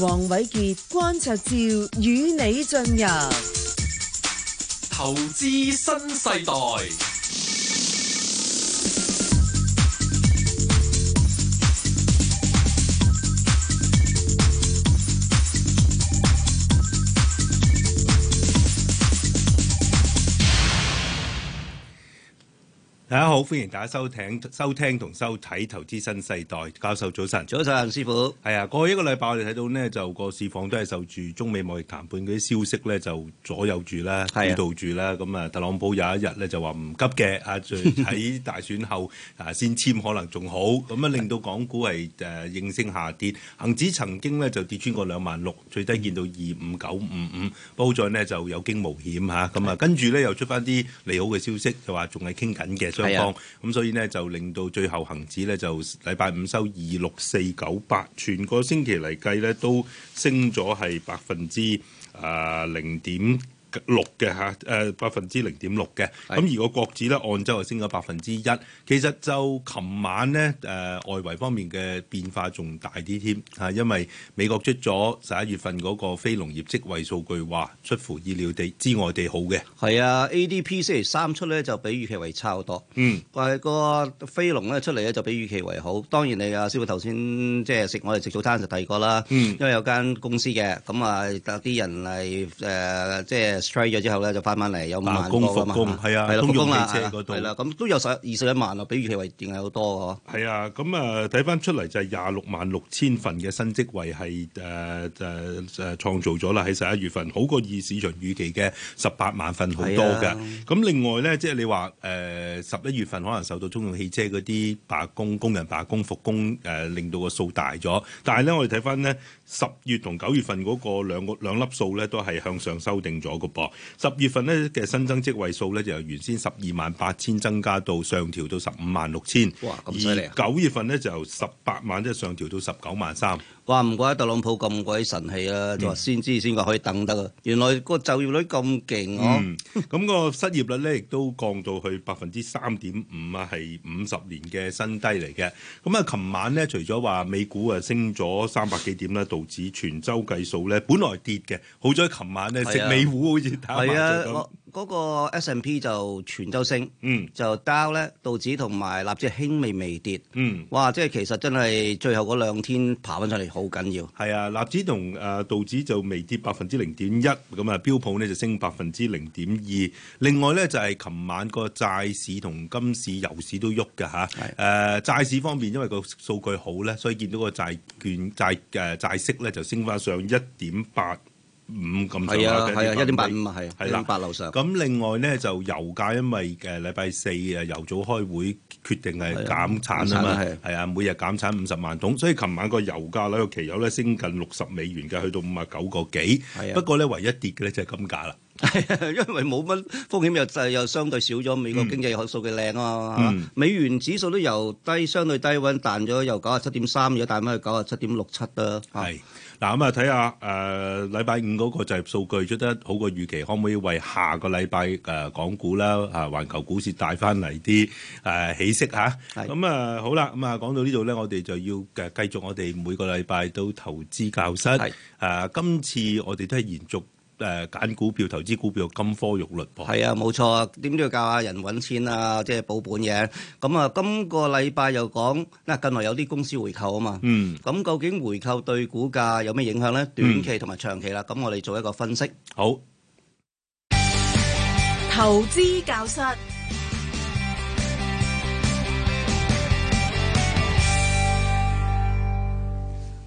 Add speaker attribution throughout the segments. Speaker 1: 黃偉傑關卓照與你進入
Speaker 2: 投資新世代。
Speaker 3: 大家好，歡迎大家收聽、收聽同收睇《投資新世代》。教授早晨，
Speaker 4: 早晨，師傅。
Speaker 3: 係啊，過去一個禮拜我哋睇到呢，就個市況都係受住中美貿易談判嗰啲消息咧，就左右住啦、主
Speaker 4: 係啊
Speaker 3: 導住啦。咁啊，特朗普有一日咧就話唔急嘅， 啊，最喺大選後啊先簽可能仲好，咁啊令到港股係誒應聲下跌。恒指曾經咧就跌穿過兩萬六，最低
Speaker 4: 嗯
Speaker 3: 見到二五九五五，不過好在呢就有驚無險嚇。咁啊，跟住咧又出翻啲利好嘅消息，就話仲係啊傾緊嘅。雙方，咁所以呢，就令到最後恒指呢，就禮拜五收二六四九八，全個星期嚟計呢，都升咗係百分之啊零點六嘅嚇，誒百分之零點六嘅。
Speaker 4: 係
Speaker 3: 咁而個國指呢，按周係升咗百分之一。其實就琴晚呢，誒、外圍方面嘅變化仲大啲添嚇，因為美國出咗十一月份嗰個非農業職位數據話出乎意料地之外地好嘅。
Speaker 4: 係啊，ADP 星期三出咧就比預期為差好多。
Speaker 3: 嗯，
Speaker 4: 但係個飛龍咧出嚟咧就比預期為好。當然你啊，師傅頭先即係食我哋食早餐就提過啦。
Speaker 3: 嗯
Speaker 4: 因為有間公司嘅，咁啊有啲人嚟誒、即係 strike 咗之後咧就翻返嚟有五萬
Speaker 3: 罷工
Speaker 4: 個㗎嘛
Speaker 3: 復工係啊
Speaker 4: 係啦，
Speaker 3: 通
Speaker 4: 復
Speaker 3: 用
Speaker 4: 工啦
Speaker 3: 汽車嗰度
Speaker 4: 係啦，咁都有十二十一萬啊，比預期為定係好多
Speaker 3: 係啊，咁啊睇翻出嚟就係廿六萬六千份嘅新職位係誒誒誒創造咗啦，喺十一月份好過二市場預期嘅十八萬份好多
Speaker 4: 係
Speaker 3: 嘅
Speaker 4: 啊。
Speaker 3: 咁、另外咧，即係你話誒十一月份可能受到中用汽車嗰啲罷工、工人罷工、復工誒、呃令到個數大咗。但係咧，我哋睇翻咧十月同九月份嗰個兩個兩粒數咧，都係向上修訂咗嘅噃。十月份咧嘅新增職位數咧，就由原先十二萬八千增加到上調到十五萬六千。
Speaker 4: 哇咁犀利啊
Speaker 3: 而九月份咧就由十八萬即係上調到十九萬三。
Speaker 4: 喎。哇！唔怪得特朗普咁鬼神氣啦，
Speaker 3: 嗯
Speaker 4: 就話先知先話可以等得啊。原來個就業率咁勁哦。
Speaker 3: 嗯，咁個失業率咧亦都降到去百分之三點五啊，係五十年嘅新低嚟嘅。咁啊，琴晚咧除咗話美股啊升咗三百幾點啦，道指全周計數咧本來跌嘅，好在琴晚咧食
Speaker 4: 係啊
Speaker 3: 美股好似打麻雀
Speaker 4: 係啊，
Speaker 3: 咁
Speaker 4: 我。嗰個 S&P 就全周升，
Speaker 3: 嗯
Speaker 4: 就 Dow 咧道指同埋納指輕微微跌。
Speaker 3: 嗯。
Speaker 4: 哇！即係其實真係最後嗰兩天爬翻上嚟好緊要。
Speaker 3: 係啊，納指同誒道指就微跌百分之零點一，咁啊標普呢就升百分之零點二。另外咧就係琴晚個債市同金市、油市都喐嘅嚇。誒、
Speaker 4: 係
Speaker 3: 債市方面，因為個數據好咧，所以見到個債券債誒、呃債息咧就升翻上一點八五咁上
Speaker 4: 係
Speaker 3: 下
Speaker 4: 啊，係啊，一點八五啊，
Speaker 3: 係
Speaker 4: 係一
Speaker 3: 啦
Speaker 4: 點八樓上。
Speaker 3: 咁另外咧就油價，因為誒禮拜四誒油早開會決定係
Speaker 4: 係啊
Speaker 3: 減產啊嘛，
Speaker 4: 減產係
Speaker 3: 係啊，每日減產五十萬桶，所以琴晚個油價咧個期油咧升近六十美元嘅，去到五啊九個幾
Speaker 4: 係。啊
Speaker 3: 不過咧唯一跌嘅咧就係金價啦。
Speaker 4: 因為冇乜風險又就又相對少咗，美國經濟數據靚啊嘛，係
Speaker 3: 嗯
Speaker 4: 嘛美元指數都由低相對低溫彈咗，由九啊七點三而家彈翻去九啊七點六七啦。
Speaker 3: 係嗱咁啊，睇下誒禮拜五嗰個就業數據出得好過預期，可唔可以為下個禮拜誒港股啦啊環球股市帶翻嚟啲誒起色嚇？
Speaker 4: 係
Speaker 3: 咁啊好啦，咁啊講到呢度咧，我哋就要誒繼續我哋每個禮拜都投資教室。誒
Speaker 4: 係、
Speaker 3: 今次我哋都係延續誒揀、股票、投資股票嘅金科玉律噃。
Speaker 4: 係啊，冇錯啊，點都要教下人揾錢啊，即係保本嘅。咁啊，今個禮拜又講嗱，近來有啲公司回購啊嘛。
Speaker 3: 嗯，
Speaker 4: 咁究竟回購對股價有咩影響呢？短期同埋長期啦，咁我哋做一個分析。
Speaker 3: 好。
Speaker 1: 投資教室。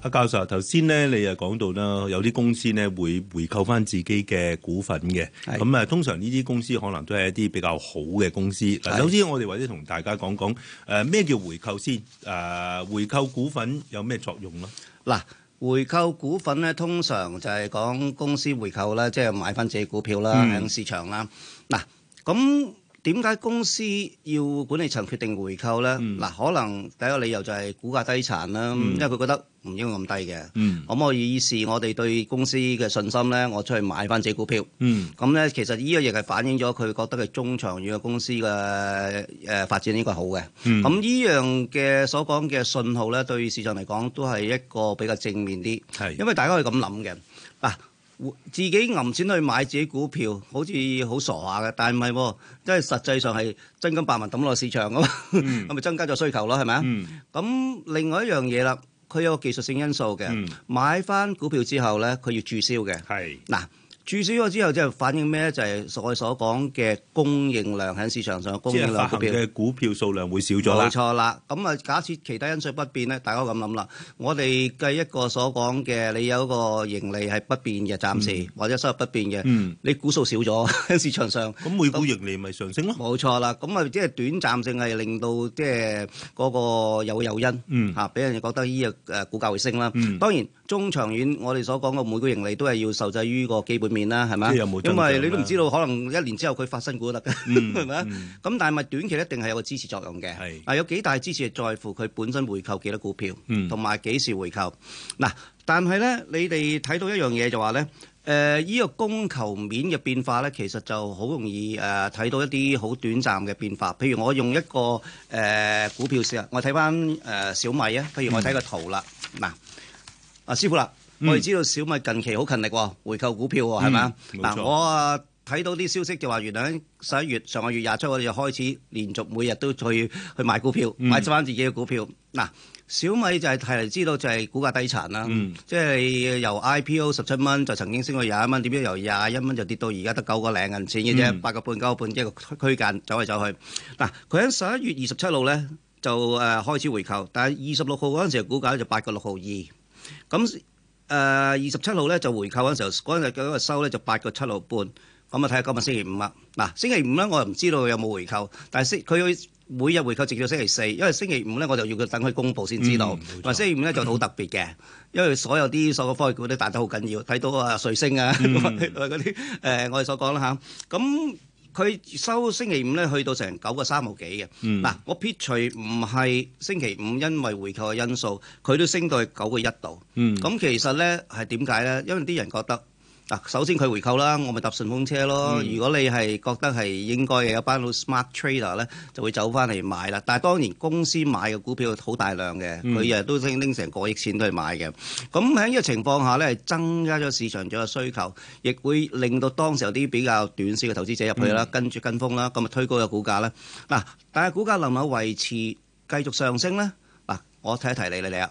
Speaker 3: 阿教授，頭先咧你又講到啦，有啲公司咧會回購翻自己嘅股份嘅，
Speaker 4: 係
Speaker 3: 咁啊通常呢啲公司可能都係一啲比較好嘅公司。嗱，
Speaker 4: 係
Speaker 3: 首先我哋或者同大家講講，誒、呃咩叫回購先？誒、呃回購股份有咩作用咯？
Speaker 4: 嗱，回購股份咧，通常就係講公司回購啦，即係買翻自己股票啦，
Speaker 3: 嗯
Speaker 4: 喺、市場啦。嗱，咁點解公司要管理層決定回購咧？嗱、可能第一個理由就係股價低殘啦，因為佢覺得唔應該咁低嘅。
Speaker 3: 嗯
Speaker 4: 可唔可以示我哋對公司嘅信心咧？我出去買翻自己股票。
Speaker 3: 嗯
Speaker 4: 咁咧，其實呢個亦係反映咗佢覺得佢中長遠嘅公司嘅誒發展應該好嘅。咁呢樣嘅所講嘅信號咧，對市場嚟講都係一個比較正面啲。
Speaker 3: 係
Speaker 4: 因為大家可以咁諗嘅嗱。自己揞錢去買自己股票，好似好傻下嘅，但係唔係喎，即係實際上係真金白銀抌落市場咁， 咁咪、增加咗需求咯，係咪啊？
Speaker 3: 嗯
Speaker 4: 咁另外一樣嘢啦，佢有個技術性因素嘅，
Speaker 3: 嗯
Speaker 4: 買翻股票之後咧，佢要註銷嘅。
Speaker 3: 係
Speaker 4: 嗱，註銷咗之後，即係反映咩咧？就係、所我哋所講嘅供應量喺市場上嘅供
Speaker 3: 即
Speaker 4: 應
Speaker 3: 係發
Speaker 4: 量股
Speaker 3: 行
Speaker 4: 票。
Speaker 3: 嘅股票數量會少咗啦
Speaker 4: 冇。錯啦，咁啊，假設其他因素不變咧，大家咁諗啦。我哋計一個所講嘅，你有一個盈利係不變嘅，暫時、或者收入不變嘅，
Speaker 3: 嗯
Speaker 4: 你股數少咗 喺市場上，
Speaker 3: 咁每股盈利咪上升咯。
Speaker 4: 冇錯啦，咁啊，即係短暫性係令到即係嗰個有誘
Speaker 3: 嗯
Speaker 4: 因嚇，俾、人哋覺得呢個呃誒股價會升啦。
Speaker 3: 嗯
Speaker 4: 當然中長遠我哋所講嘅每個盈利都係要受制於個基本面啦，係咪啊
Speaker 3: 即係有冇增長嗯
Speaker 4: 因為你都唔
Speaker 3: 啦
Speaker 4: 知道可能一年之後佢發新股都得嘅， 係咪啊？咁但係咪短期一定係有個支持作用嘅？
Speaker 3: 係
Speaker 4: 嗱，有幾大支持係在乎佢本身回購幾多股票
Speaker 3: 嗯，
Speaker 4: 同埋幾時回購。嗱，但係咧，你哋睇到一樣嘢就話咧。誒依、個供求面嘅變化咧，其實就好容易誒呃睇、到一啲好短暫嘅變化。譬如我用一個誒、呃股票先啊，我睇翻誒小米啊，譬如我睇個圖啦，
Speaker 3: 嗯
Speaker 4: 嗱、啊師傅啦，我哋知道小米近期好勤力喎，回購股票喎，係咪啊？
Speaker 3: 嗯冇錯
Speaker 4: 嗱，我啊睇到啲消息就話，原來喺十一月上個月廿七，我哋就開始連續每日都去去買股票，
Speaker 3: 嗯
Speaker 4: 買翻自己嘅股票。嗱，小米就係提嚟知道就係股價低殘啦，
Speaker 3: 嗯
Speaker 4: 即係由 IPO 十七蚊就曾經升過廿一蚊，點知由廿一蚊就跌到而家得九個零銀錢嘅啫，八個半九個半一個區間走嚟走去。嗱，佢喺十一月二十七號咧就誒、呃、開始回購，但係二十六號嗰陣時嘅股價就八個六毫二。咁誒二十七號咧就回購嗰陣時候，嗰陣日嗰個收咧就八個七毫半。咁啊睇下今日星期五啦。嗱，星期五咧我又唔知道佢有冇回購，但係星佢每日回購直到星期四，因為星期五咧我就要佢等佢公佈先知道。
Speaker 3: 嗯冇錯
Speaker 4: 嗱、星期五咧就好特別嘅，因為所有啲所有科技股都彈得好緊要，睇到啊瑞星啊 嗰啲誒我哋所講啦嚇。咁佢收星期五咧去到成九個三毫幾嘅。嗱、
Speaker 3: 嗯
Speaker 4: 我撇除唔係星期五因為回購嘅因素，佢都升到去九個一度。
Speaker 3: 嗯
Speaker 4: 咁其實咧係點解咧？因為啲人覺得嗱，首先佢回購啦，我咪搭順風車咯。如果你係覺得係應該嘅，有班老 smart trader 咧就會走翻嚟買啦。但係當然公司買嘅股票好大量嘅，佢日日都拎拎成個億錢都去買嘅。咁喺呢個情況下咧，係增加咗市場上嘅需求，亦會令到當時有啲比較短線嘅投資者入去啦，跟住跟風啦，咁啊推高個股價啦。嗱，但係股價能否維持繼續上升咧？嗱，我提一提你你你啊。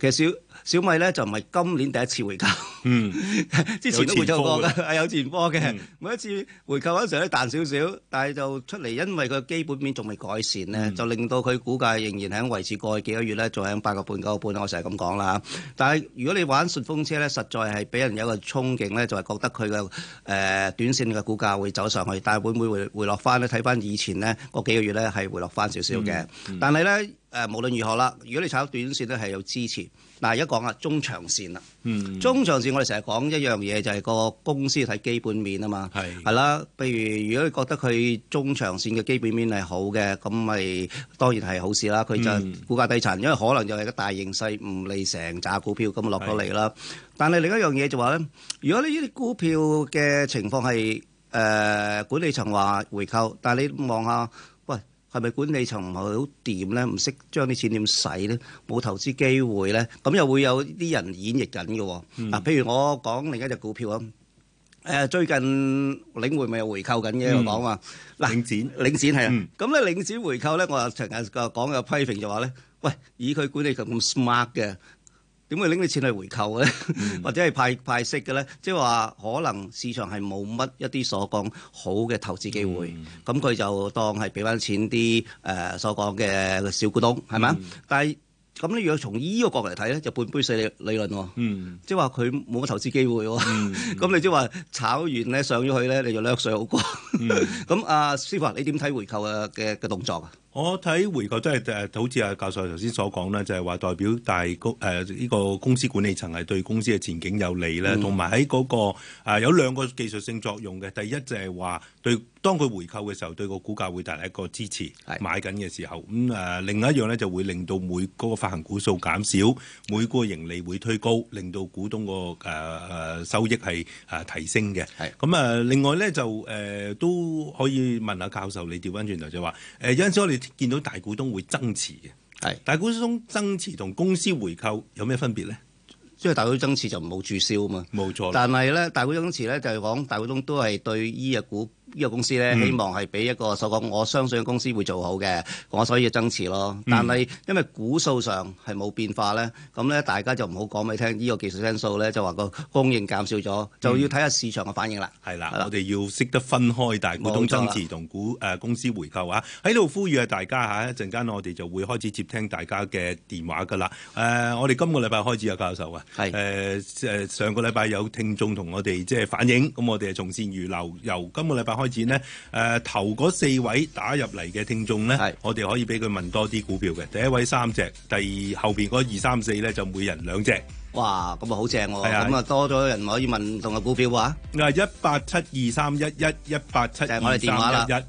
Speaker 4: 其實小小米咧就唔係今年第一次回購，
Speaker 3: 嗯，
Speaker 4: 之前都回購過
Speaker 3: 有前
Speaker 4: 㗎， 係有前科嘅。
Speaker 3: 嗯
Speaker 4: 每一次回購嗰陣時咧彈少少，但係就出嚟，因為佢基本面仲未改善咧，就令到佢股價仍然喺維持過去幾個月咧，仲喺八個半九個半，我成日咁講啦嚇。但係如果你玩順風車咧，實在係俾人有一個憧憬咧，就係覺得佢嘅誒短線嘅股價會走上去，但係會唔會回回落翻咧？睇翻以前咧嗰幾個月咧係回落翻少少嘅，但係咧。誒，無論如何啦，如果你炒短線咧係有支持，嗱而家講啊中長線啦，
Speaker 3: 嗯
Speaker 4: 中長線我哋成日講一樣嘢就係個公司睇基本面啊嘛，
Speaker 3: 係
Speaker 4: 係啦，譬如如果你覺得佢中長線嘅基本面係好嘅，咁咪當然係好事啦。佢就股價低殘，因為可能就係個大形勢唔理成扎股票咁落咗嚟啦。但係另一樣嘢就話咧，如果呢啲股票嘅情況係誒、呃管理層話回購，但係你望下。喂，係咪管理層唔係好掂咧？唔識將啲錢點使咧？冇投資機會咧？咁又會有啲人演繹緊嘅喎。嗱、譬如我講另一隻股票啊，誒、最近領匯咪有回購緊嘅，我講話
Speaker 3: 領
Speaker 4: 嗱。
Speaker 3: 展
Speaker 4: 領展係啊
Speaker 3: 嗯，
Speaker 4: 咁咧領展回購咧，我又成日講嘅批評就話咧，喂，以佢管理層咁 smart 嘅，點會拎啲錢去回購嘅咧？ 或者係派派息嘅咧？即係話可能市場係冇乜一啲所講好嘅投資機會，咁佢、就當係俾翻錢啲誒、呃所講嘅小股東係咪啊？但係咁你如果從依個角度嚟睇咧，就半杯水理理論喎。
Speaker 3: 嗯
Speaker 4: 即係話佢冇乜投資機會喎，咁你即係話炒完
Speaker 3: 嗯
Speaker 4: 咧上咗去咧，你就掠水好過。咁阿師傅啊，你點睇回購嘅嘅嘅動作啊？
Speaker 3: 我睇回購真係誒，好似阿教授頭先所講咧，就係話代表大公誒呢個公司管理層係對公司嘅前景有利咧，同埋喺嗰個、啊有兩個技術性作用嘅。第一就係話對當佢回購嘅時候，對個股價會帶嚟一個支持，
Speaker 4: 係
Speaker 3: 買緊嘅時候。咁、誒、另一樣咧就會令到每嗰個發行股數減少，每股嘅盈利會推高，令到股東個誒誒收益係誒、啊提升嘅。
Speaker 4: 係
Speaker 3: 咁啊，另外咧就誒、呃都可以問下教授，你調翻轉頭就話誒、呃有陣時我哋見到大股東會增持嘅，
Speaker 4: 係。
Speaker 3: 大股東增持同公司回購有咩分別咧？
Speaker 4: 因為大股東增持就冇註銷啊嘛。
Speaker 3: 冇錯啦，
Speaker 4: 但係咧，大股東增持咧就係講大股東都係對依個股依個公司咧，
Speaker 3: 嗯
Speaker 4: 希望係俾一個所講，我相信公司會做好嘅，我所以增持咯。
Speaker 3: 嗯
Speaker 4: 但係因為股數上係冇變化咧，咁咧大家就唔好講俾你聽，呢個技術因素咧就話個供應減少咗，就要睇下市場嘅反應啦。
Speaker 3: 嗯係啦
Speaker 4: 係，啦
Speaker 3: 我哋要識得分開大股東增持同股誒、呃公司回購啊！喺度呼籲下大家嚇，一陣間我哋就會開始接聽大家嘅電話㗎啦。誒、我哋今個禮拜開始啊，教授啊，
Speaker 4: 係
Speaker 3: 誒誒上個禮拜有聽眾同我哋即係反映，咁我哋係從善如流，由今個禮拜開始呢，誒、頭嗰四位打入嚟嘅聽眾呢
Speaker 4: 係，
Speaker 3: 我哋可以俾佢問多啲股票嘅。第一位三隻，第二後邊嗰二三四呢，就每人兩隻。
Speaker 4: 哇，咁啊好正喎！
Speaker 3: 係啊
Speaker 4: 咁啊多咗人可以問唔同嘅股票啊。
Speaker 3: 嗱，一八七二三一一一八七
Speaker 4: 就
Speaker 3: 二
Speaker 4: 係我哋電話啦
Speaker 3: 三一一，